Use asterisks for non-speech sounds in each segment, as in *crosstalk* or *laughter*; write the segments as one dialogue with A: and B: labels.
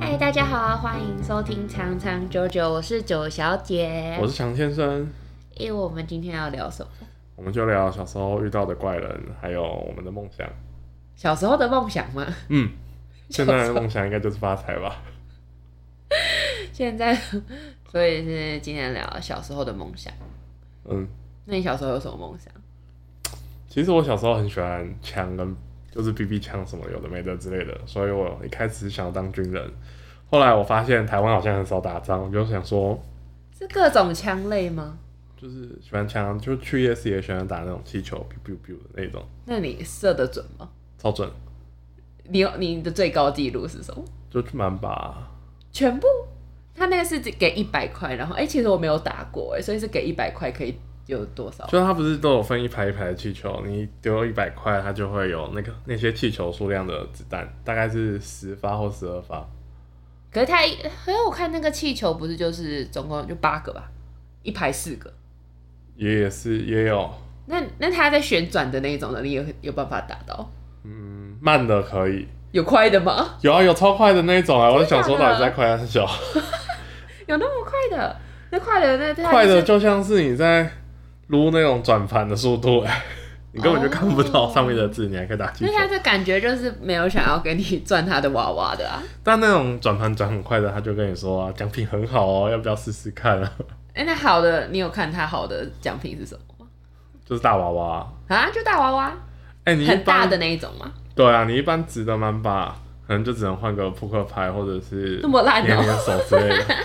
A: 嗨，大家好，欢迎收听长长久久，我是九小姐
B: 我。是强先生，
A: 因为我们今天要聊什么？
B: 我们就聊小时候遇到的怪人，还有我们的梦想。
A: 小时候的梦想吗？ *laughs*
B: 嗯，现在的梦想应该就是发财吧？
A: 现在， *laughs* 所以是今天聊小时候的梦想。
B: 嗯，
A: 那你小时候有什么梦想？
B: 其实我小时候很喜欢枪跟就是 BB 枪什么有的没的之类的，所以我一开始想要当军人，后来我发现台湾好像很少打仗，我就想说
A: 是各种枪类吗？
B: 就是喜欢枪，就去夜市也喜欢打那种气球，biu biu biu 的那种，
A: 那你射得准吗？
B: 超准，
A: 你有你的最高纪录是什么？
B: 就去满把。
A: 全部？他那个是只给一百块，然后哎、其实我没有打过哎、所以是给一百块可以有多少？
B: 就它不是都有分一排一排的气球，你丢一百块，它就会有那个那些气球数量的子弹，大概是十发或十二发。
A: 可是他一，可是我看那个气球不是就是总共就八个吧，一排四个。
B: 也也是也有，
A: 那那他在旋转的那一种能力有有办法达到？
B: 嗯，慢的可以，
A: 有快的吗？
B: 有啊有超快的那一种啊，我就想说
A: 真的
B: 到
A: 啊
B: 底在快还是小？
A: 有那么快的？那快的那他
B: 快
A: 就
B: 的
A: 是
B: 就像是你在撸那种转盘的速度、哎，你根本就看不到上面的字，你还可以打气
A: 那
B: 球。
A: 他的感觉就是没有想要给你赚他的娃娃的啊。
B: 但那种转盘转很快的，他就跟你说啊，奖品很好哦，要不要试试看啊？ *laughs*
A: 哎、那好的，你有看他好的奖品是什么吗？
B: 就是大娃娃啊。
A: 啊，就大娃娃，
B: 哎、你一
A: 很大
B: 般
A: 的那一种吗？
B: 对啊，你一般值得满把，可能就只能换个扑克牌或者是
A: 那么烂哦
B: 捏捏手之类
A: *laughs*
B: 的。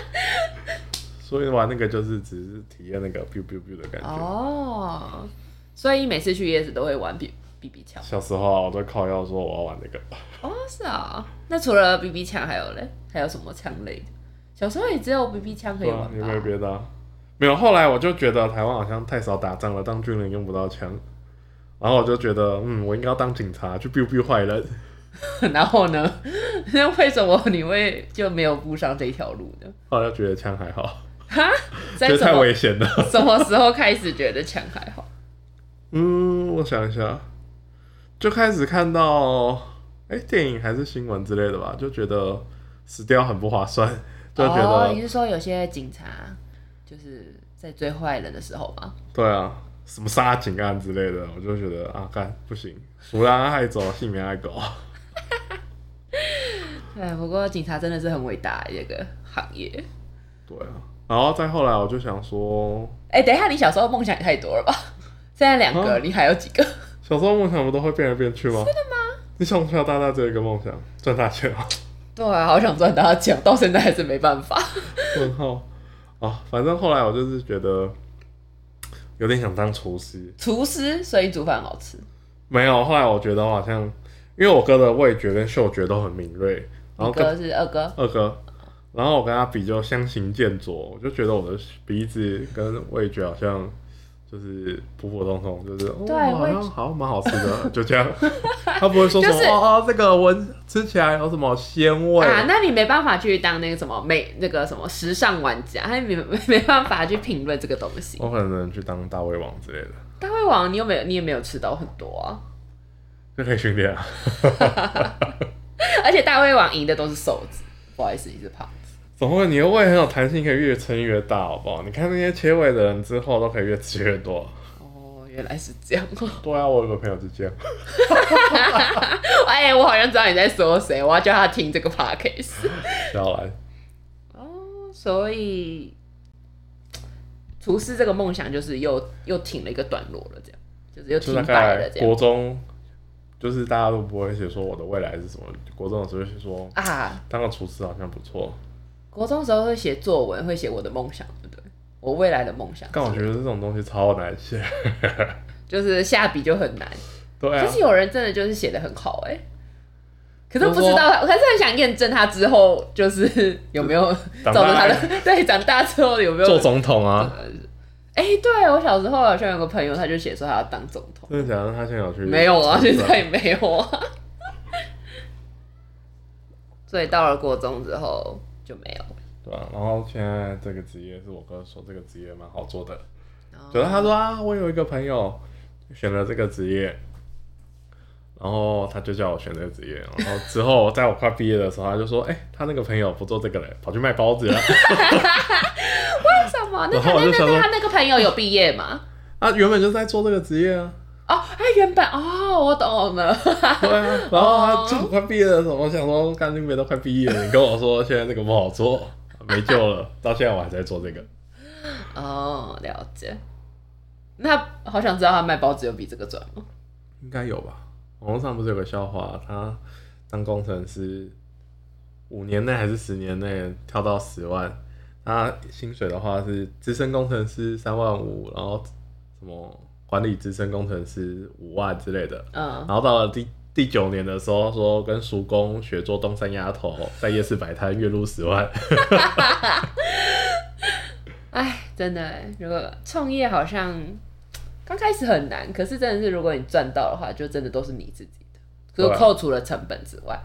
B: 所以玩那个就是只是体验那个 biu biu biu 的感觉。
A: 哦，所以每次去夜市都会玩 B B B 枪。
B: 小时候啊，我都靠腰说我要玩那个，
A: 哦，是啊、那除了 B B 枪还有嘞，还有什么枪类的？小时候也只有 B B 枪可以
B: 对
A: 玩
B: 啊
A: 吧？
B: 有没有别的啊、没有。后来我就觉得台湾好像太少打仗了，当军人用不到枪，然后我就觉得，嗯，我应该要当警察去 biu biu 坏人。
A: 然后呢？那为什么你会就没有步上这条路呢？
B: 后来就觉得枪还好，
A: 哈，
B: 觉
A: 在
B: 得
A: 什
B: 太
A: 么
B: 危险了。
A: 什么时候开始觉得枪还好？
B: 嗯，我想一下，就开始看到，哎、电影还是新闻之类的吧，就觉得死掉很不划算， *laughs* 就觉得，
A: 哦，你是说有些警察就是在追坏人的时候吗？
B: 对啊，什么杀警案之类的，我就觉得啊，干不行，无人爱走，性命爱狗， *laughs*
A: 哎，不过警察真的是很伟大这个行业。
B: 对啊，然后再后来我就想说，
A: 哎、等一下，你小时候梦想也太多了吧？现在两个，
B: 啊
A: 你还有几个？ *laughs*
B: 小时候梦想不都会变来变去吗？真的吗？你从小到大只有一个梦想，赚大钱啊，
A: 对啊，好想赚大奖，到现在还是没办法。
B: *laughs* 问号啊，反正后来我就是觉得有点想当厨师。
A: 厨师，所以煮饭好吃。
B: 没有，后来我觉得我好像，因为我哥的味觉跟嗅觉都很敏锐，然
A: 一
B: 哦后跟
A: 哥是二哥，
B: 二哥，然后我跟他比就相形见绌，我就觉得我的鼻子跟味觉好像就是普普通通，就是哦，
A: 对
B: 好
A: 味
B: 像好像蛮好吃的， *laughs* 就这样。他不会说什么、
A: 就是
B: 哦哦，这个闻吃起来有什么鲜味，
A: 啊，那你没办法去当那个什么美那个什么时尚玩家，他没没没办法去评论这个东西。
B: 我可能去当大胃王之类的，
A: 大胃王，你又没有，你也没有吃到很多啊， *laughs*
B: 就可以训练啊。 *laughs*
A: 而且大胃王赢的都是瘦子，不好意思，你是胖子。
B: 怎么会？你的胃很有弹性，可以越撑越大，好不好？你看那些切胃的人之后，都可以越吃越多。
A: 哦，原来是这样。 *laughs*
B: 对啊，我有个朋友是这样。
A: 哎、我好像知道你在说谁，我要叫他听这个 podcast。 *laughs*
B: 小兰，
A: 哦，所以厨师这个梦想就是又又停了一个段落了，这样就是又
B: 就
A: 停
B: 大
A: 摆
B: 概
A: 了这样
B: 国中，就是大家都不会写说我的未来是什么，国中的时候就说
A: 啊。
B: 当个厨师好像不错，
A: 国中时候会写作文，会写我的梦想，对不对？我未来的梦想，
B: 但我觉得这种东西超难写。 *laughs*
A: 就是下笔就很难。
B: 对
A: 可
B: 啊
A: 是，有人真的就是写的很好哎、可是
B: 我
A: 不
B: 说
A: 知道他，我还是很想验证他之后
B: *laughs*
A: 就是有没有
B: 长大
A: 走了他的 *laughs* 对长大之后有没有
B: 做总统啊，
A: 哎、对我小时候好像有个朋友，他就写说他要当总统，
B: 真的假的？他现在有去？
A: 没有啊，现在也没有啊。 *laughs* 所以到了国中之后就没有了。
B: 对啊。然后现在这个职业是我哥说这个职业蛮好做的，
A: 然后
B: 就是他说啊，我有一个朋友选了这个职业，然后他就叫我选这个职业，然后之后在我快毕业的时候，他就说：“哎、他那个朋友不做这个了，跑去卖包子了。 *laughs*
A: 为什么？那
B: 然
A: 他
B: 后
A: 那
B: 我就
A: 那
B: 想
A: 那
B: 说
A: 他那个朋友有毕业吗？”
B: 他原本就是在做这个职业啊，
A: 哦，他原本哦，我懂了，
B: 对啊。然后他就快毕业的时候，我想说，干那边都快毕业了，你跟我说现在这个不好做，没救了。到现在我还在做这个，
A: 哦，了解。那好想知道他卖包子有比这个赚吗？
B: 应该有吧？网络上不是有个笑话，他当工程师五年内还是十年内跳到十万，他薪水的话是资深工程师三万五，然后什么管理资深工程师五万之类的，
A: 嗯
B: 然，后到了第。第九年的时候，说跟叔公学做东山丫头，在夜市摆摊，月入十万。 *laughs*
A: 哎，真的欸，如果创业好像刚开始很难，可是真的是如果你赚到的话，就真的都是你自己的，就
B: 对
A: 是扣除了成本之外，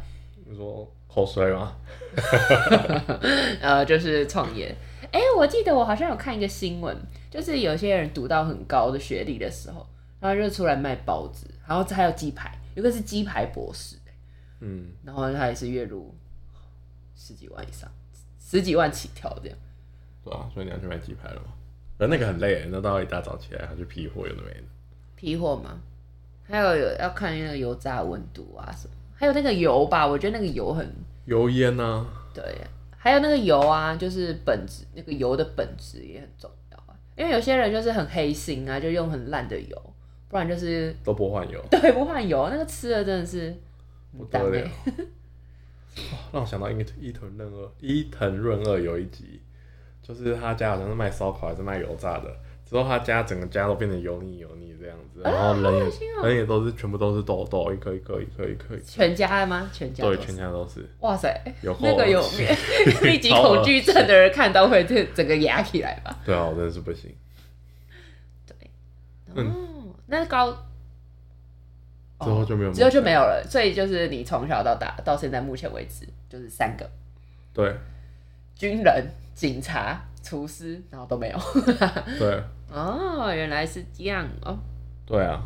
B: 你说口水吗？
A: 呃，就是创业。哎、我记得我好像有看一个新闻，就是有些人读到很高的学历的时候，然后就出来卖包子，然后还有鸡排，有个是鸡排博士，
B: 嗯，
A: 然后他也是月入十几万以上，十几万起跳这样。
B: 对啊，所以你要去买鸡排了吗？可是那个很累，欸那到一大早起来还去批货，有的没的。
A: 批货吗？还有有要看那个油炸温度啊什么，还有那个油吧，我觉得那个油很
B: 油烟啊呢、
A: 对，还有那个油啊，就是本质那个油的本质也很重要啊，因为有些人就是很黑心啊，就用很烂的油，不然就是，
B: 都不换油
A: *laughs* 对不换油，那个吃的真的是
B: 不
A: 大
B: 得
A: 妹
B: 了。哇让我想到伊伊藤润二，伊藤润二有一集，就是他家好像是卖烧烤还是卖油炸的，之后他家整个家都变得油腻油腻这样子，然后人也、
A: 恶心哦
B: 人也都是全部都是痘痘，一颗一颗一颗一颗一颗，
A: 全家的吗？全家都
B: 对，
A: 是
B: 全家都是。
A: 哇塞，
B: *laughs*
A: *laughs*
B: 有够
A: 那个有
B: 恶心
A: 密集恐惧症的人看到会这整个压起来吧？
B: 对啊，我真的是不行。嗯
A: 哦，那高
B: 之后就没有
A: 哦之后就
B: 梦想
A: 没有了，所以就是你从小到大到现在目前为止就是三个
B: 对
A: 军人、警察、厨师，然后都没有。
B: 对
A: 哦，原来是这样哦。
B: 对啊，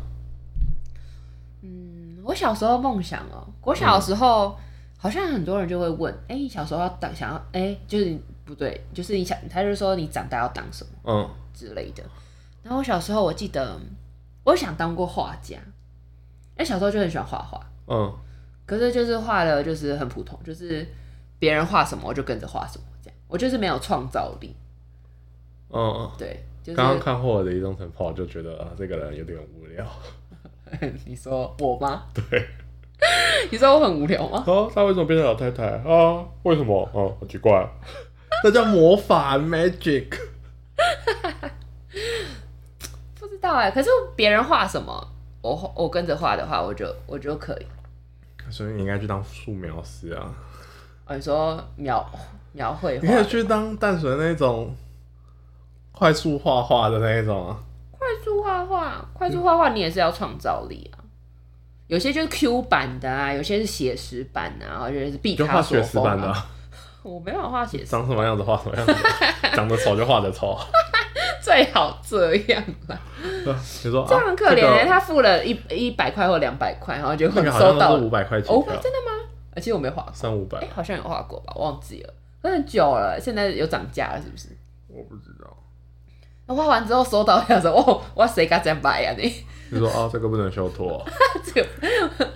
A: 嗯，我小时候梦想哦，我小时候、好像很多人就会问，哎、你小时候要当想要，哎、就是你不对，就是你想，他就说你长大要当什么
B: 嗯，
A: 之类的。然后我小时候我记得我想当过画家，哎，小时候就很喜欢画画，
B: 嗯，
A: 可是就是画的，就是很普通，就是别人画什么我就跟着画什么这样，我就是没有创造力，
B: 嗯，
A: 对，就是
B: 刚刚看霍尔的移动城堡就觉得啊，这个人有点无聊。 *laughs*
A: 你说我吗？对， *laughs* 你说我很无聊吗？
B: 哦，她为什么变成老太太啊？为什么？哦，好奇怪、啊， *laughs* 那叫魔法 magic。
A: 不知道哎、可是别人画什么，我我跟着画的话，我就我就可以。
B: 所以你应该去当素描师啊，
A: 哦，你说描描绘画
B: 你，可以去当淡水那种快速画画的那一种啊。
A: 快速画画，快速画画你也是要创造力啊。有些就是 Q 版的啊，有些是写实版啊，有些是毕
B: 你就
A: 卡
B: 画
A: 索
B: 学士
A: 风
B: 版的、
A: 啊。
B: 啊，
A: 我没有画写实，
B: 长什么样子画什么样子， *laughs* 长得丑就画得丑。
A: 最好这样啦。
B: *laughs* 你说
A: 这样很可怜、欸，
B: 啊
A: 他付了一一百块或两百块，然后结
B: 这个
A: 果
B: 那个好
A: 收
B: 像
A: 到
B: 都是
A: 了
B: 五百块钱
A: 哦，
B: 吧，
A: 真的吗？而且我没画过，
B: 三五
A: 哎、
B: 百，
A: 好像有画过吧，忘记了，可是很久了，现在有涨价了，是不是？
B: 我不知道。
A: 那画完之后收到，想说，哦，哇谁敢这样买呀、你？ *laughs*
B: 你说啊，这个不能修图、哦，
A: 这个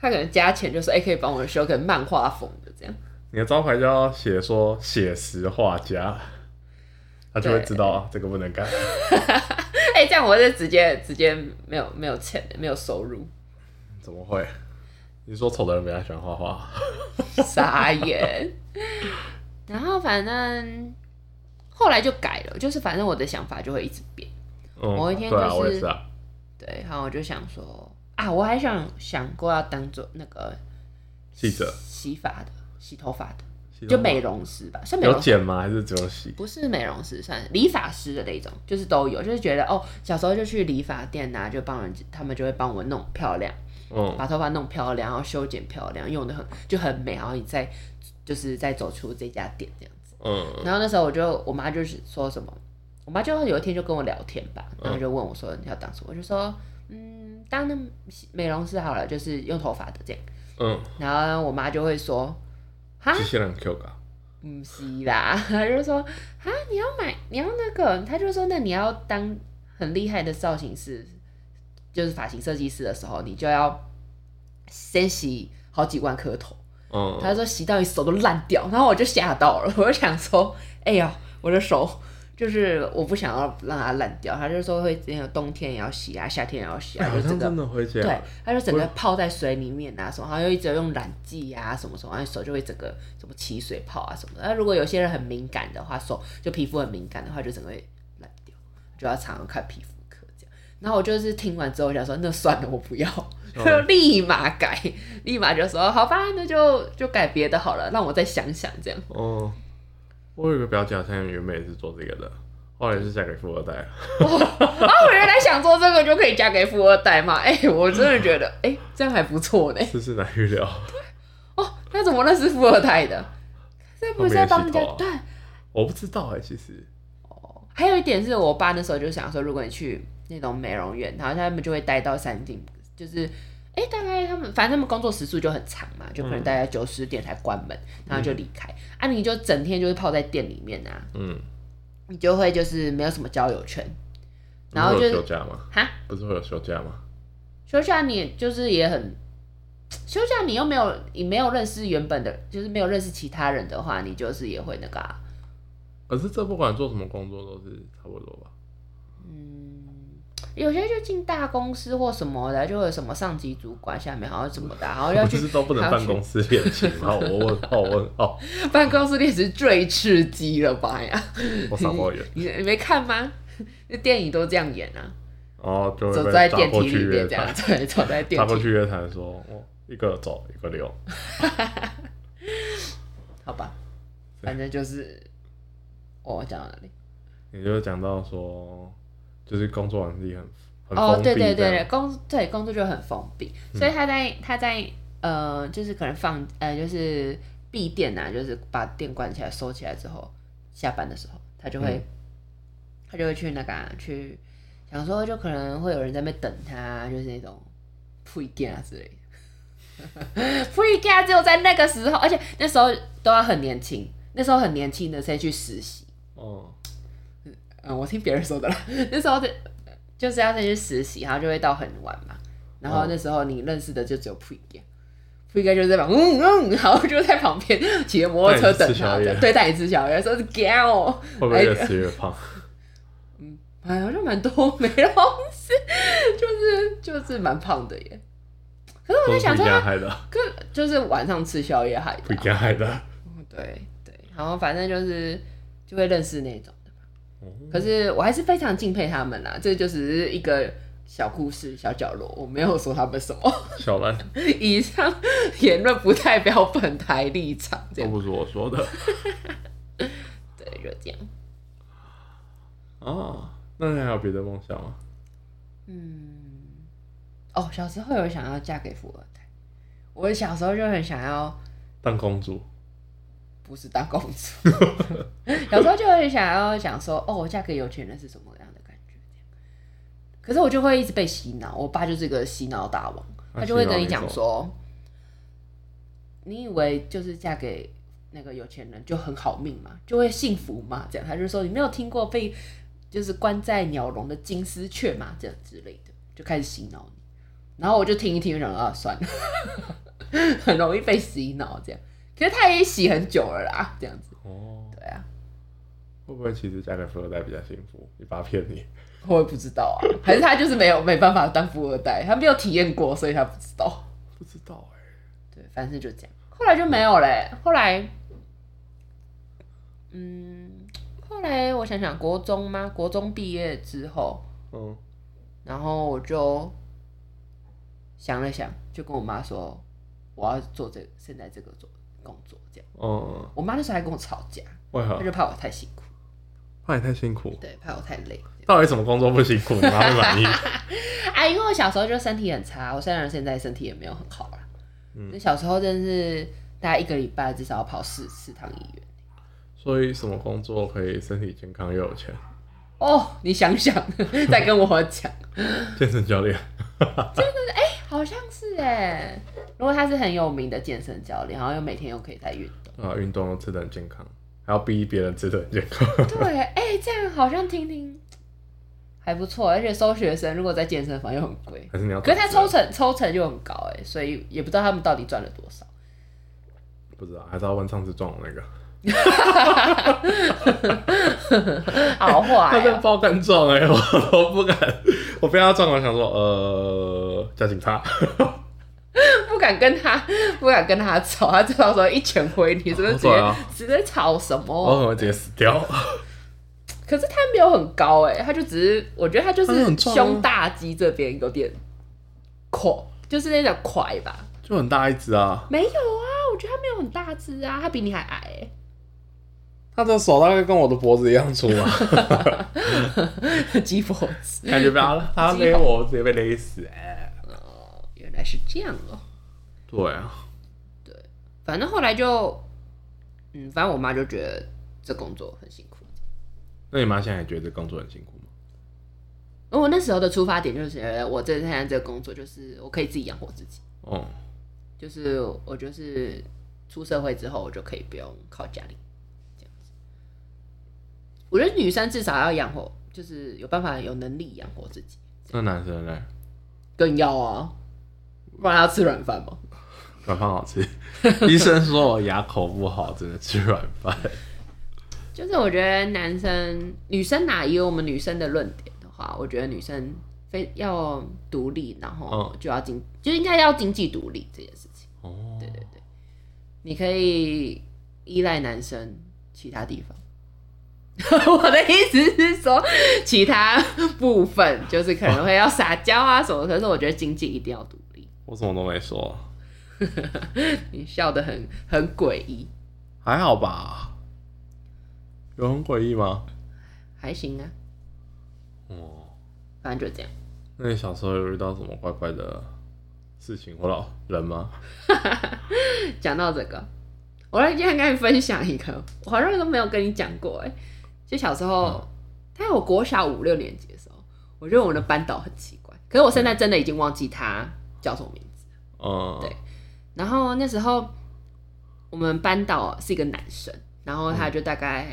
A: 他可能加钱就说，哎、可以帮我修，可能漫画风的这样。
B: 你的招牌就要写说写实画家，他就会知道啊，这个不能干。
A: 哎、这样我就直接直接没有没有钱，没有收入，
B: 怎么会？你说丑的人比较喜欢画画？
A: 傻眼。 *laughs* 然后反正后来就改了，就是反正我的想法就会一直变。
B: 嗯，
A: 某一天
B: 对
A: 就
B: 啊，
A: 是
B: 我也是啊。
A: 对，然后我就想说啊，我还想想过要当做那个
B: 记者
A: 洗发的、洗头发的，就美容师吧，算美
B: 有
A: 容师。
B: 剪吗？还是只有洗？
A: 不是美容师，算理发师的那种，就是都有，就是觉得哦，小时候就去理发店呐、就帮人，他们就会帮我弄漂亮，
B: 嗯，
A: 把头发弄漂亮，然后修剪漂亮，用的很就很美，然后你再就是再走出这家店这样子。
B: 嗯
A: 然后那时候我就我妈就是说什么，我妈就有一天就跟我聊天吧，然后就问我说你要当什么，我就说嗯，当那美容师好了，就是用头发的这样。
B: 嗯，
A: 然后我妈就会说，哈，
B: 机器人 Q 噶，
A: 不是啦， *laughs* 她就说，哈，你要买，你要那个，她就说，那你要当很厉害的造型师，就是发型设计师的时候，你就要先洗好几万颗头。
B: 嗯，
A: 他说洗到你手都烂掉，然后我就吓到了，我就想说，哎呀，我的手就是我不想要让它烂掉。他就说会那个冬天也要洗啊，夏天也要洗
B: 哎
A: 啊，
B: 好
A: 就整
B: 像真
A: 个
B: 的会这
A: 对
B: 样，，
A: 他就整
B: 我
A: 个泡在水里面啊什么，然后又一直用染剂啊什么什么，然后手就会整个什么起水泡啊什么的。那如果有些人很敏感的话，手就皮肤很敏感的话，就整个会烂掉，就要常常看皮肤科这样。然后我就是听完之后，我想说那算了，我不要。就
B: 嗯
A: *laughs* 立马改，立马就说好吧，那就就改别的好了，让我再想想这样。
B: 哦，我有一个表姐好像原本也是做这个的，后来是嫁给富二代了。 *laughs*
A: 啊，我原来想做这个就可以嫁给富二代嘛，哎、我真的觉得哎、这样还不错呢。
B: 世事难预料。
A: 哦，那怎么认识富二代的？这不是在帮人家
B: 后面洗
A: 对
B: 头。 *laughs* 我不知道哎、其实
A: 还有一点是我爸那时候就想说，如果你去那种美容院，然后他们就会待到三点，就是哎、大概他们反正他们工作时数就很长嘛，就可能大概九十点才关门，然后就离开。啊，你就整天就是泡在店里面啊，
B: 嗯，
A: 你就会就是没有什么交友圈，然后
B: 不
A: 就是是
B: 会有休假吗？
A: 哈，
B: 不是会有休假吗？
A: 休假你就是也很，休假你又没有你没有认识原本的，就是没有认识其他人的话，你就是也会那个、啊，
B: 可是这不管做什么工作都是差不多吧。
A: 嗯，有些就进大公司或什么的，就会有什么上级主管下面好像什么的，然后要
B: 不
A: 去
B: 是都不能办公室恋情吗？我问号问哦号，
A: 办公室恋是最刺激了吧哎呀？
B: 我傻抱怨。
A: 你你没看吗？那电影都这样演啊，
B: 然后就
A: 走
B: 会
A: 在
B: 被
A: 电
B: 抓过
A: 梯
B: 去
A: 里
B: 约
A: 面这样
B: 谈，， *laughs*
A: 对，走在电
B: 抓
A: 梯
B: 过去约谈说，哦，一个走一个留，
A: 好吧，反正就是，哦我讲到哪里？
B: 也就是讲到说，就是工作能力很很
A: 哦，
B: 封闭
A: 对对对
B: 这
A: 对，
B: 样，嗯
A: 工对工作就很封闭，所以他在他在呃，就是可能放呃，就是闭店啊，就是把店关起来收起来之后，下班的时候他就
B: 嗯
A: 会、他就会去那个、啊、去想说，就可能会有人在那边等他，啊就是那种铺一店啊之类的。 *laughs* 铺一店啊只有在那个时候，而且那时候都要很年轻，那时候很年轻的才去实习。
B: 哦，
A: 嗯，我听别人说的啦。 *laughs* 那时候的就是要再去实习，然后就会到很晚嘛。然后那时候你认识的就只有 p r e g 就是在旁嗯嗯，然后就在旁边骑着摩托车等他，
B: 带你吃宵夜
A: 这样对，带你吃宵夜，说是 g a 哦，
B: 会不会越吃越胖？
A: 哎，好像蛮多美容师， *laughs* 就是就是蛮胖的耶。可是我
B: 都
A: 在
B: 是
A: 想
B: *laughs* 不
A: 说
B: 一样
A: 他，
B: 害的，
A: 可就是晚上吃宵夜害
B: 不
A: 的
B: 一
A: 啊、
B: 样害的。
A: 嗯对对，然后反正就是就会认识那种。
B: 哦
A: 可是我还是非常敬佩他们啦，啊这就只是一个小故事、小角落，我没有说他们什么。 *laughs*
B: 小兰
A: 以上言论不代表本台立场，这
B: 都
A: 样
B: 不是我说的
A: 对，就这样。
B: 啊。那你还有别的梦想吗？
A: 嗯，哦，小时候有想要嫁给富二代，我小时候就很想要
B: 当公主？
A: 不是当公
B: *laughs*
A: 主，小时候就很想要想说，哦，我嫁给有钱人是什么样的感觉？可是我就会一直被洗脑，我爸就是一个洗脑大王，
B: 那
A: 他就会
B: 啊洗脑哦
A: 跟你
B: 你
A: 讲
B: 什
A: 说，你以为就是嫁给那个有钱人就很好命嘛，就会幸福嘛？这样，他就说你没有听过被就是关在鸟笼的金丝雀嘛，这样之类的，就开始洗脑你。然后我就听一听，我想啊，算了， *laughs* 很容易被洗脑这样。可是他也洗很久了啦，这样子，
B: 哦，
A: 对啊，
B: 会不会其实嫁给富二代比较幸福？你爸骗你？
A: 我也不知道啊，还是他就是没有没办法当富二代，他没有体验过，所以他不知道。
B: 不知道哎、
A: 对，反正就这样。后来就没有嘞。后来，嗯，后来我想想，国中吗？国中毕业之后，
B: 嗯，
A: 然后我就想了想，就跟我妈说，我要做这现在这个做工作这样。
B: 哦、
A: 我妈那时候还跟我吵架，
B: 为何
A: 她？就怕我太辛苦，
B: 怕你太辛苦。
A: 对，怕我太累。
B: 到底什么工作不辛苦？你妈会满
A: *laughs*
B: 意？
A: 啊，因为我小时候就身体很差，我虽然现在身体也没有很好啦，
B: 嗯
A: 那小时候真的是大概一个礼拜至少要跑四四趟医院。
B: 所以什么工作可以身体健康又有钱？ *laughs*
A: 哦，你想想，再跟我讲，
B: 健身教练
A: *laughs*
B: *laughs*
A: 好像是哎。如果他是很有名的健身教练，然后又每天又可以在运动，
B: 啊，运动又吃的很健康，还要逼别人吃的很健康。 *laughs*
A: 对，哎，这样好像听听还不错，而且收学生如果在健身房又很贵，
B: 还是你要
A: 可
B: 投资啊？
A: 是他抽成抽成就很高哎，所以也不知道他们到底赚了多 *laughs* 少。
B: 不知道，还是要问上次撞我
A: *laughs*
B: 那个，
A: 好坏
B: 他在
A: 哦、
B: 爆干撞哎、 *laughs* 我我不敢，我被他撞，我想说呃叫警察，
A: 不敢跟他不敢跟他吵，他知道说一拳回你，是不是直接、
B: 对啊
A: 直接吵什么？
B: 我可能会直接死掉。 *laughs*
A: 可是他没有很高哎、他就只是我觉得他就
B: 他没有
A: 是
B: 很壮啊
A: 胸大肌这边有点垮，就是那种快吧？
B: 就很大一只啊，
A: 没有啊，我觉得他没有很大只啊，他比你还矮、 *laughs* 欸。
B: 他的手大概跟我的脖子一样粗啊，
A: *laughs* 肌脖子
B: 感觉被他他勒我直接被勒死哎、
A: 哦，原来是这样哦、
B: 对啊，
A: 反正后来就，嗯，反正我妈就觉得这工作很辛苦。
B: 那你妈现在也觉得这工作很辛苦吗？
A: 而哦我那时候的出发点就是觉得，我这现在这个工作就是我可以自己养活自己，
B: 哦，
A: 就是我就是出社会之后，我就可以不用靠家里这样子。我觉得女生至少要养活，就是有办法有能力养活自己，
B: 那男生嘞，
A: 更要啊，不然要吃软饭吗？
B: 软饭好吃， *laughs* 医生说我牙口不好，只能吃软饭。
A: 就是我觉得男生、女生哪、以我们女生的论点的话，我觉得女生非要独立，然后
B: 嗯
A: 就要经，就应该要经济独立这件事情。
B: 哦，
A: 对对对，你可以依赖男生其他地方。 *laughs* 我的意思是说，其他部分就是可能会要撒娇啊什么，可是我觉得经济一定要独立。
B: 我什么都没说，
A: 你笑得很很诡异，
B: 还好吧？有很诡异吗？
A: 还行啊，
B: 哦，
A: 反正就这样。
B: 那你小时候有遇到什么怪怪的事情或老人吗？
A: 讲到这个，我来今天跟你分享一个，我好像都没有跟你讲过哎、就小时候，他我国小五六年级的时候，我觉得我们的班导很奇怪，可是我现在真的已经忘记他叫什么名字。
B: 嗯，
A: 对然后那时候我们班导是一个男生，然后他就大概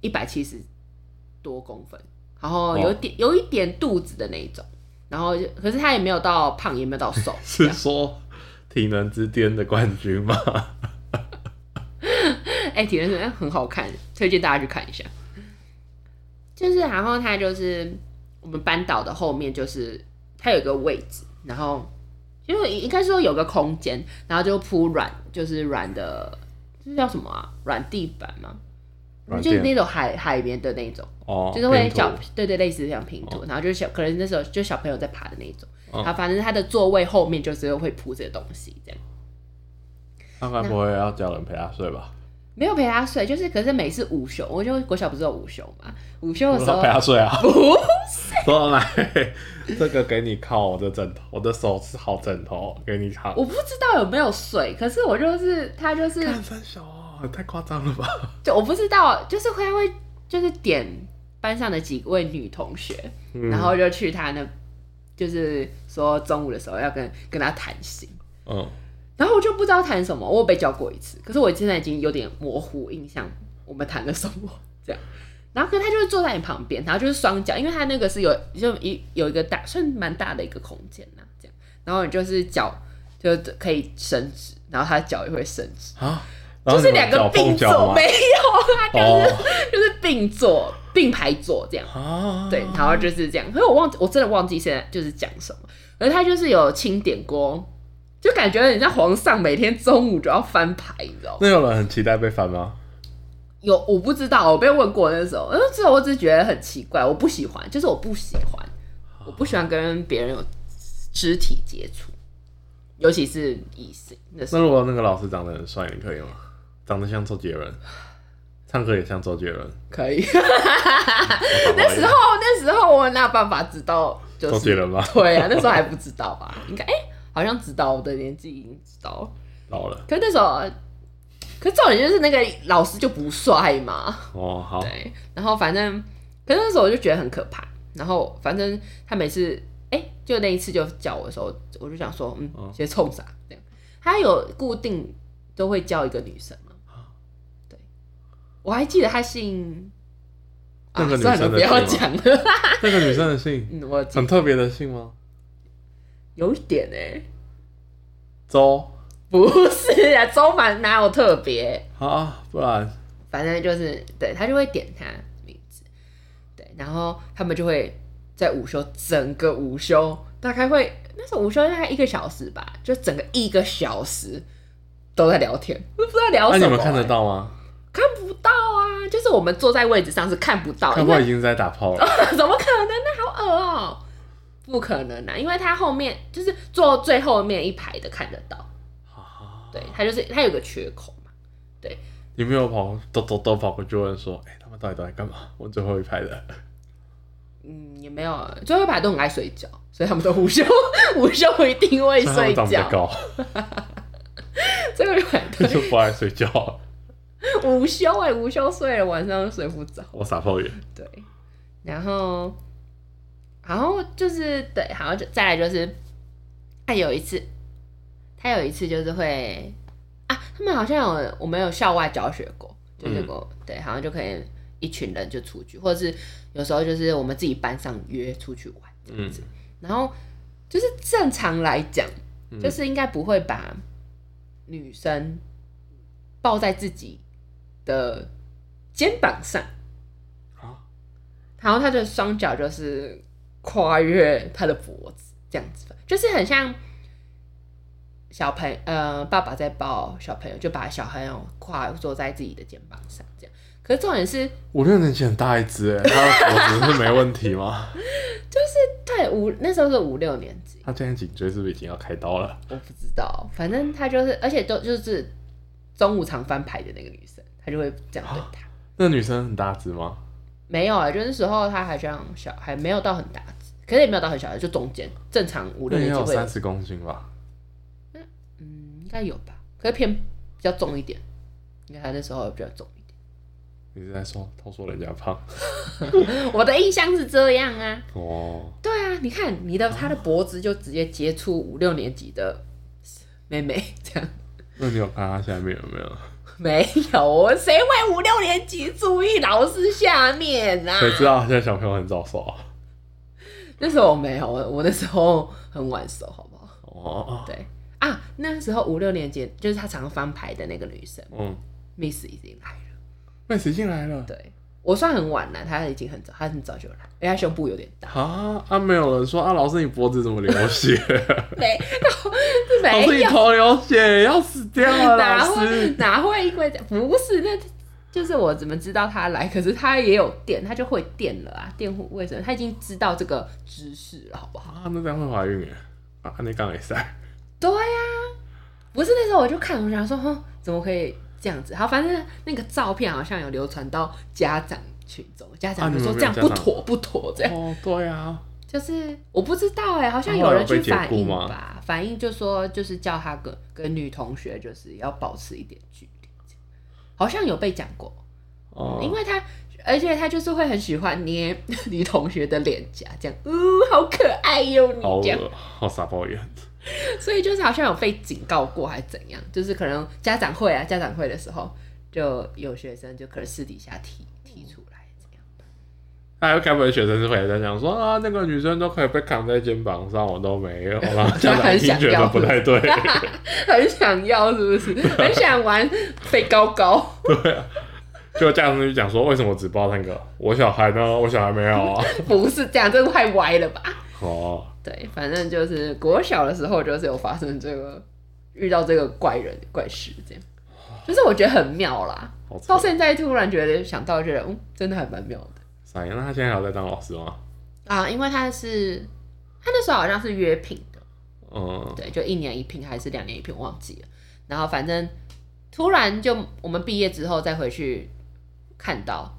A: 一百七十多公分，然后有点、有一点肚子的那一种，然后就可是他也没有到胖，也没有到瘦，这
B: 是
A: 样
B: 说体能之巅的冠军吗？
A: 哎、体能很很好看，推荐大家去看一下。就是，然后他就是我们班导的后面，就是他有一个位置，然后因为应该说有个空间，然后就铺软，就是软的，这叫什么啊？软地板吗？
B: 软
A: 就是
B: 垫
A: 那种海海边的那种，
B: *laughs* 哦，
A: 就是会
B: 拼图
A: 小对对类似这样拼图，然后就是小可能那时候就小朋友在爬的那种，
B: 哦
A: 然后反正他的座位后面就是会铺这些东西这样。
B: 他该不会要叫人陪他睡吧？
A: 没有陪他睡，就是可是每次午休，我就国小不是有午休嘛，午休
B: 我
A: 的时候
B: 说陪，他睡啊，
A: *laughs* 不
B: *laughs* 说来，这个给你靠我的枕头，我的手是好枕头，给你靠。
A: 我不知道有没有睡，可是我就是他就是
B: 干三小啊，太夸张了吧？
A: 就我不知道，就是会会就是点班上的几位女同学，
B: 嗯
A: 然后就去他那，就是说中午的时候要跟跟他谈心，
B: 嗯，
A: 然后我就不知道谈什么，我有被叫过一次，可是我现在已经有点模糊印象，我们谈了什么这样。然后，可是他就是坐在你旁边，然后就是双脚，因为他那个是有就一有一个大算蛮大的一个空间呐、这样。然后你就是脚就可以伸直，然后他的脚也会伸直，
B: 啊，然
A: 就
B: 后
A: 是
B: 你们
A: 两个
B: 脚
A: 并
B: 碰脚
A: 坐，
B: 吗
A: 没有啊，就是、
B: 哦
A: 就是并坐并排坐这样。
B: 啊，
A: 对，然后就是这样。可是我忘记，我真的忘记现在就是讲什么。而他就是有清点过，就感觉你像皇上每天中午就要翻牌，你知道吗？
B: 那有人很期待被翻吗？
A: 有我不知道，我被问过那时候，那时候我只是觉得很奇怪，我不喜欢，就是我不喜欢，我不喜欢跟别人有肢体接触，尤其是异性。那时
B: 那
A: 候
B: 如果那个老师长得很帅，你可以吗？长得像周杰伦，唱歌也像周杰伦，
A: 可以，
B: 我讨厌
A: *laughs* 那时候那时候我哪有办法知道，就
B: 周杰
A: 是
B: 伦吗？
A: 对啊，那时候还不知道吧？应该哎、好像知道，我的年纪已经知道了。
B: 老了
A: 可是那时候，可是重点就是那个老师就不帅嘛，
B: 哦，好，
A: 对。然后反正，可是那时候我就觉得很可怕。然后反正他每次哎、就那一次就叫我的时候，我就想说，嗯，
B: 嗯
A: 直接冲啥这样。他有固定都会叫一个女生嘛，对，我还记得他姓，啊
B: 那个，女
A: 算了，
B: 生的
A: 不要
B: 姓
A: 讲了。
B: 那个女生的姓
A: 嗯，我记
B: 很特别的姓吗？
A: 有一点哎、
B: 周
A: 不是啊，周凡哪有特别？
B: 啊，不然
A: 反正就是对他就会点他名字，对，然后他们就会在午休，整个午休大概会那时候午休大概一个小时吧，就整个一个小时都在聊天，我都不知道聊
B: 那
A: 什么、啊
B: 啊你们看得？到吗？
A: 看不到啊，就是我们坐在位置上是看不到，
B: 看
A: 因
B: 过
A: 为 *laughs* 哦
B: 已经在打炮了，
A: 怎么可能？那好恶哦、不可能啊，因为他后面就是坐最后面一排的看得到，
B: 啊
A: 对他就是他有个缺口嘛，
B: 你没有跑，都都都跑过去问说，哎、他们到底都在干嘛？我最后一排的，
A: 嗯，也没有，最后一排都很爱睡觉，所以他们都午休， *laughs* 午休一定会
B: 所以
A: 哎睡
B: 他们长比较
A: 觉。
B: 高， *laughs*
A: 最后一排
B: 就不爱睡觉。
A: 都午休哎、午休睡了，晚上睡不着。
B: 我撒泡眼，
A: 对，然后，然后就是对，然后就再来就是，他有一次，他有一次就是会啊，他们好像有我们有校外教学过，
B: 嗯
A: 就是过、对，好像就可以一群人就出去，或者是有时候就是我们自己班上约出去玩这样
B: 嗯
A: 子，然后就是正常来讲，就是应该不会把女生抱在自己的肩膀上。嗯
B: 啊，
A: 然后他的双脚就是跨越他的脖子，这样子，就是很像小朋呃爸爸在抱小朋友，就把小朋友跨坐在自己的肩膀上这样。可是重点是，
B: 我六年前很大一只哎，他的脖子是没问题吗？
A: 对五那时候是五六年级，
B: 他现在颈椎是不是已经要开刀了？
A: 我不知道，反正他就是，而且都就是中午常翻牌的那个女生，她就会这样对他。
B: 那女生很大只吗？
A: 没有啊、就是那时候他好像小，还没有到很大只，可是也没有到很小，就中间正常五六
B: 那也
A: 年级
B: 有
A: 会有
B: 三十公斤吧？
A: 嗯，应该有吧，可是偏比较重一点，应该他那时候比较重一
B: 你是在说偷说人家胖？
A: 点。我的印象是这样啊，
B: 哦，
A: 对啊，你看你的他的脖子就直接接触五六年级的妹妹，这样
B: 那你有看他下面有没有？
A: 没有，谁会五六年级注意老师下面啊？
B: 谁知道现在小朋友很早熟啊？
A: 那时候我没有，我我那时候很晚熟，好不好？
B: 哦，
A: 对啊，那时候五六年级就是他常翻牌的那个女生
B: 嗯，
A: ，Miss 已经来了。
B: 妹子进来了。
A: 对我算很晚了，他已经很早，他很早就来，因为他胸部有点大。
B: 啊啊！没有人说啊，老师你脖子怎么流血？
A: 没有，
B: 老师
A: *laughs* 没
B: 你
A: 有，
B: 头流血，要死掉了，
A: 哪
B: 啊老
A: 会
B: 师。
A: 哪会因为这不是那，就是我怎么知道他来？可是他也有电，他就会电了啊，电护卫生，他已经知道这个知识了，好不好？
B: 啊，那这样会怀孕耶！啊，那刚也塞。
A: 对呀、不是那时候我就看，我想说，哼，怎么可以这样子？好，反正那个照片好像有流传到家长群中，家
B: 啊
A: 长
B: 你
A: 就
B: 们
A: 说
B: 没
A: 这
B: 有
A: 样
B: 家
A: 不
B: 长
A: 妥不妥，这样
B: *laughs* 哦，对啊，
A: 就是我不知道哎、好像
B: 然后
A: 有人
B: 有被
A: 去
B: 解雇
A: 反映
B: 吗
A: 吧，反映就说就是叫他跟跟女同学就是要保持一点距离，好像有被讲过，
B: *laughs* 哦
A: 因，为他而且他就是会很喜欢捏 *laughs* 女同学的脸颊，这样，呜、好可爱哟、
B: 好
A: 你这样，
B: 恶，好傻抱怨。
A: 所以就是好像有被警告过还是怎样，就是可能家长会啊，家长会的时候就有学生就可能私底下提提出来这样。
B: 还有该不会学生是回来讲说啊，那个女生都可以被扛在肩膀上，我都没 *laughs* 有啦。家长一听觉得不太 *laughs* 对，
A: 很想要是不是？很想玩飞高高，
B: 就家长就讲说，为什么只抱那个？我小孩呢？我小孩没有 *laughs* 啊。
A: 不是这样，这太歪了吧？
B: 哦，
A: 对，反正就是国小的时候就是有发生这个遇到这个怪人怪事这样，就是我觉得很妙啦。
B: 好扯
A: 到。现在突然觉得想到，觉得嗯，真的还蛮妙的
B: 傻眼，那他现在还有在当老师吗？
A: 啊，因为他是他那时候好像是约聘的，
B: 嗯，
A: 对，就一年一聘还是两年一聘，我忘记了。然后反正突然就我们毕业之后再回去看到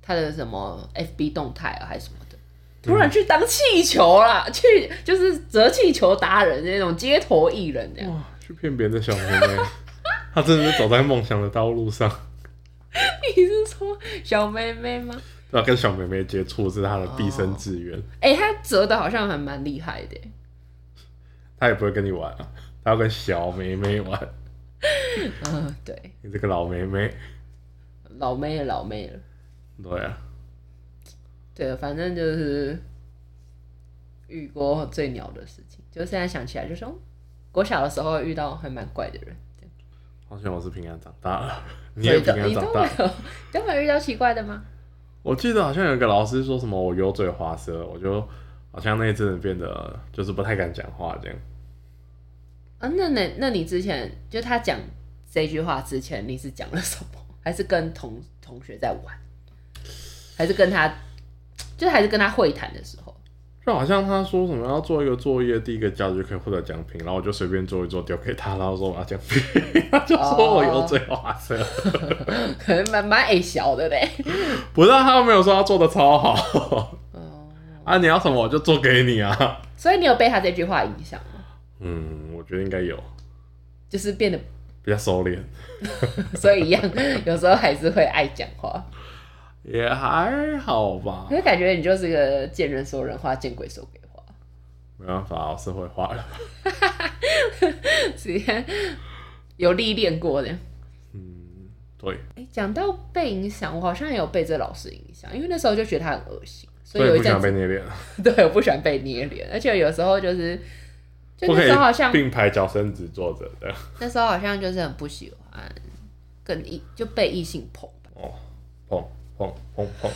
A: 他的什么 FB 动态啊，还是什么的，突然去当气球啦，去就是折气球达人那种街头艺人 *laughs* 这样。
B: 哇，哦去骗别人的小妹妹， *laughs* 他真的是走在梦想的道路上。
A: 你是说小妹妹吗？
B: 对吧？跟小妹妹接触是他的毕生志愿，
A: 哎、他折的好像还蛮厉害的耶，
B: 他也不会跟你玩啊，他要跟小妹妹玩，
A: 嗯，对，
B: 你这个老妹妹，
A: 老妹了，老妹了，
B: 对啊，
A: 对，反正就是遇过最鸟的事情，就现在想起来就说，嗯国小的时候遇到还蛮怪的人，
B: 好险我是平安长大了，你
A: 所
B: 也
A: 以
B: 平
A: 都
B: 安
A: 你都
B: 长
A: 没
B: 大。
A: 有都没有遇到奇怪的吗？
B: 我记得好像有个老师说什么我油嘴滑舌，我就好像那一阵子变得就是不太敢讲话这样。
A: 啊，那那那你之前就他讲这句话之前，你是讲了什么？还是跟同同学在玩？还是跟他，就还是跟他会谈的时候？ *laughs*
B: 就好像他说什么要做一个作业，第一个交就可以获得奖品，然后我就随便做一做丢给他，然后说我要奖品， *laughs* 他就说我油嘴滑舌。
A: 可能蛮蛮矮小的嘞。 *laughs*
B: 不是、啊，他又没有说他做的超好 *laughs*
A: 哦，
B: 啊，你要什么我就做给你啊。
A: 所以你有被他这句话影响吗？
B: 嗯，我觉得应该有，
A: 就是变得，
B: 比较收敛，
A: 所以一样， *laughs* 有时候还是会爱讲话，
B: 也还好吧
A: 因。为感觉你就是个见人说人话，见鬼说鬼话。
B: 没办法，我是会画的。
A: 直接有历练过 *laughs* 的。
B: 嗯，对，
A: 哎、讲到被影响，我好像也有被这老师影响，因为那时候就觉得他很恶心，所
B: 所
A: 以
B: 以
A: 有一
B: 不
A: 阵
B: 想
A: 子
B: 被捏脸，
A: *laughs* 对，我不喜欢被捏脸，而且有时候就是，就
B: 不
A: 那
B: 可
A: 时候好
B: 以
A: 像
B: 并排脚伸直坐着的。
A: 那时候好像就是很不喜欢跟异就被异性捧吧。
B: 哦，碰碰碰碰，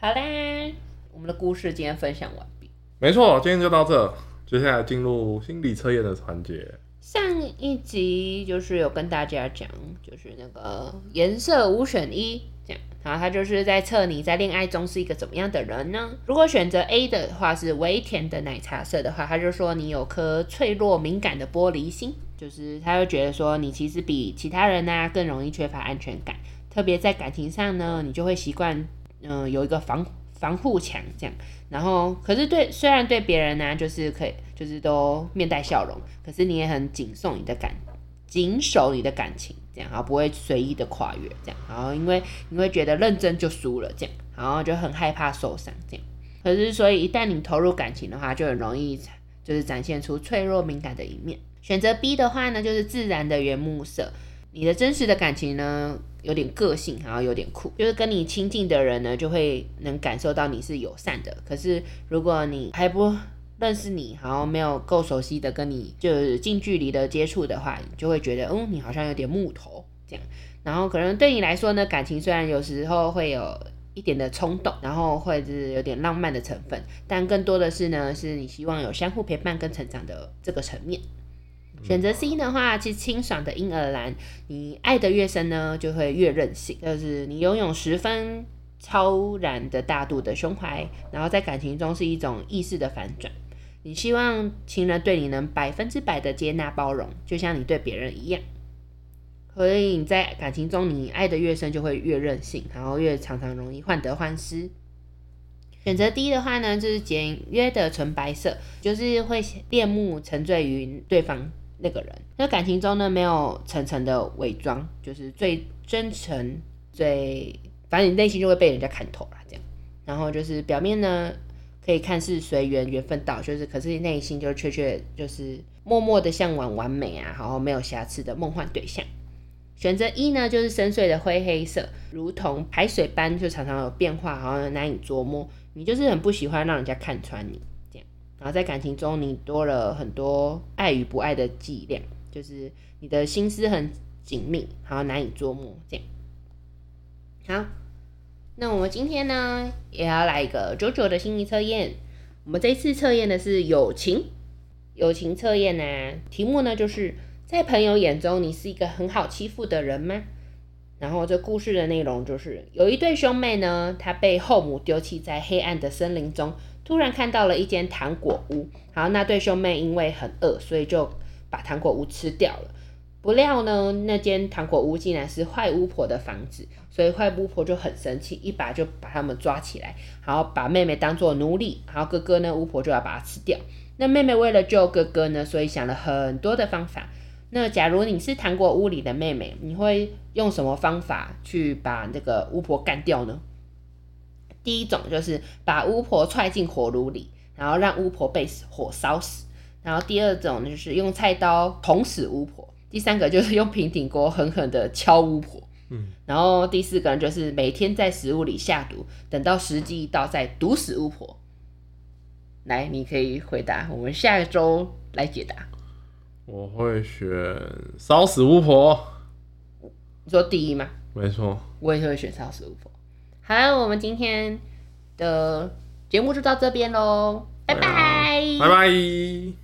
A: 好嘞，我们的故事今天分享完毕。
B: 没错，今天就到这，接下来进入心理测验的环节。
A: 上一集就是有跟大家讲，就是那个颜色五选一这样，然后他就是在测你在恋爱中是一个怎么样的人呢？如果选择 A 的话是微甜的奶茶色的话，他就说你有颗脆弱敏感的玻璃心，就是他会觉得说你其实比其他人呢、啊更容易缺乏安全感，特别在感情上呢，你就会习惯嗯、呃有一个防防护墙这样。然后，可是对虽然对别人呢、就是可以，就是都面带笑容，可是你也很谨慎你的感，谨守你的感情，这样，然后不会随意的跨越，这样，然后因为你会觉得认真就输了，这样，然后就很害怕受伤，这样。可是，所以一旦你投入感情的话，就很容易就是展现出脆弱敏感的一面。选择 B 的话呢，就是自然的原木色，你的真实的感情呢，有点个性，然后有点酷，就是跟你亲近的人呢，就会能感受到你是友善的。可是如果你还不认识你，然后没有够熟悉的跟你就是近距离的接触的话，你就会觉得，嗯，你好像有点木头这样。然后可能对你来说呢，感情虽然有时候会有一点的冲动，然后会嗯是有点浪漫的成分，但更多的是呢，是你希望有相互陪伴跟成长的这个层面。选择 C 的话，是清爽的婴儿蓝，你爱的越深呢，就会越任性，就是你拥有十分超然的大度的胸怀，然后在感情中是一种意识的反转。你希望情人对你能百分之百的接纳包容，就像你对别人一样。所以你在感情中，你爱的越深，就会越任性，然后越常常容易患得患失。选择 D 的话呢，就是简约的纯白色，就是会恋慕沉醉于对方那个人。那感情中呢，没有层层的伪装，就是最真诚、最，反正你内心就会被人家看透啦，这样。然后就是表面呢，可以看似随缘，缘分到，就是可是内心就确确就是默默的向往完美啊，然后没有瑕疵的梦幻对象。选择一呢，就是深邃的灰黑色，如同海水般，就常常有变化，好像难以捉摸。你就是很不喜欢让人家看穿你这样，然后在感情中，你多了很多爱与不爱的伎俩，就是你的心思很紧密，好像难以捉摸这样。好，那我们今天呢，也要来一个九九的心理测验。我们这一次测验的是友情，友情测验呢、啊题目呢就是在朋友眼中，你是一个很好欺负的人吗？然后这故事的内容就是，有一对兄妹呢，他被后母丢弃在黑暗的森林中，突然看到了一间糖果屋。然后那对兄妹因为很饿，所以就把糖果屋吃掉了。不料呢，那间糖果屋竟然是坏巫婆的房子，所以坏巫婆就很生气，一把就把他们抓起来，然后把妹妹当做奴隶，然后哥哥呢，巫婆就要把他吃掉。那妹妹为了救哥哥呢，所以想了很多的方法，那假如你是糖果屋里的妹妹，你会用什么方法去把那个巫婆干掉呢？第一种就是把巫婆踹进火炉里，然后让巫婆被火烧死；然后第二种就是用菜刀捅死巫婆；第三个就是用平底锅狠狠的敲巫婆。
B: 嗯，
A: 然后第四个人就是每天在食物里下毒，等到时机一到再毒死巫婆。来，你可以回答，我们下周来解答。 *laughs*
B: 我会选烧死巫婆，
A: 你说第一吗？
B: 没错，
A: 我也会选烧死巫婆。好，我们今天的节目就到这边喽，拜
B: 对啊
A: 拜
B: 拜拜。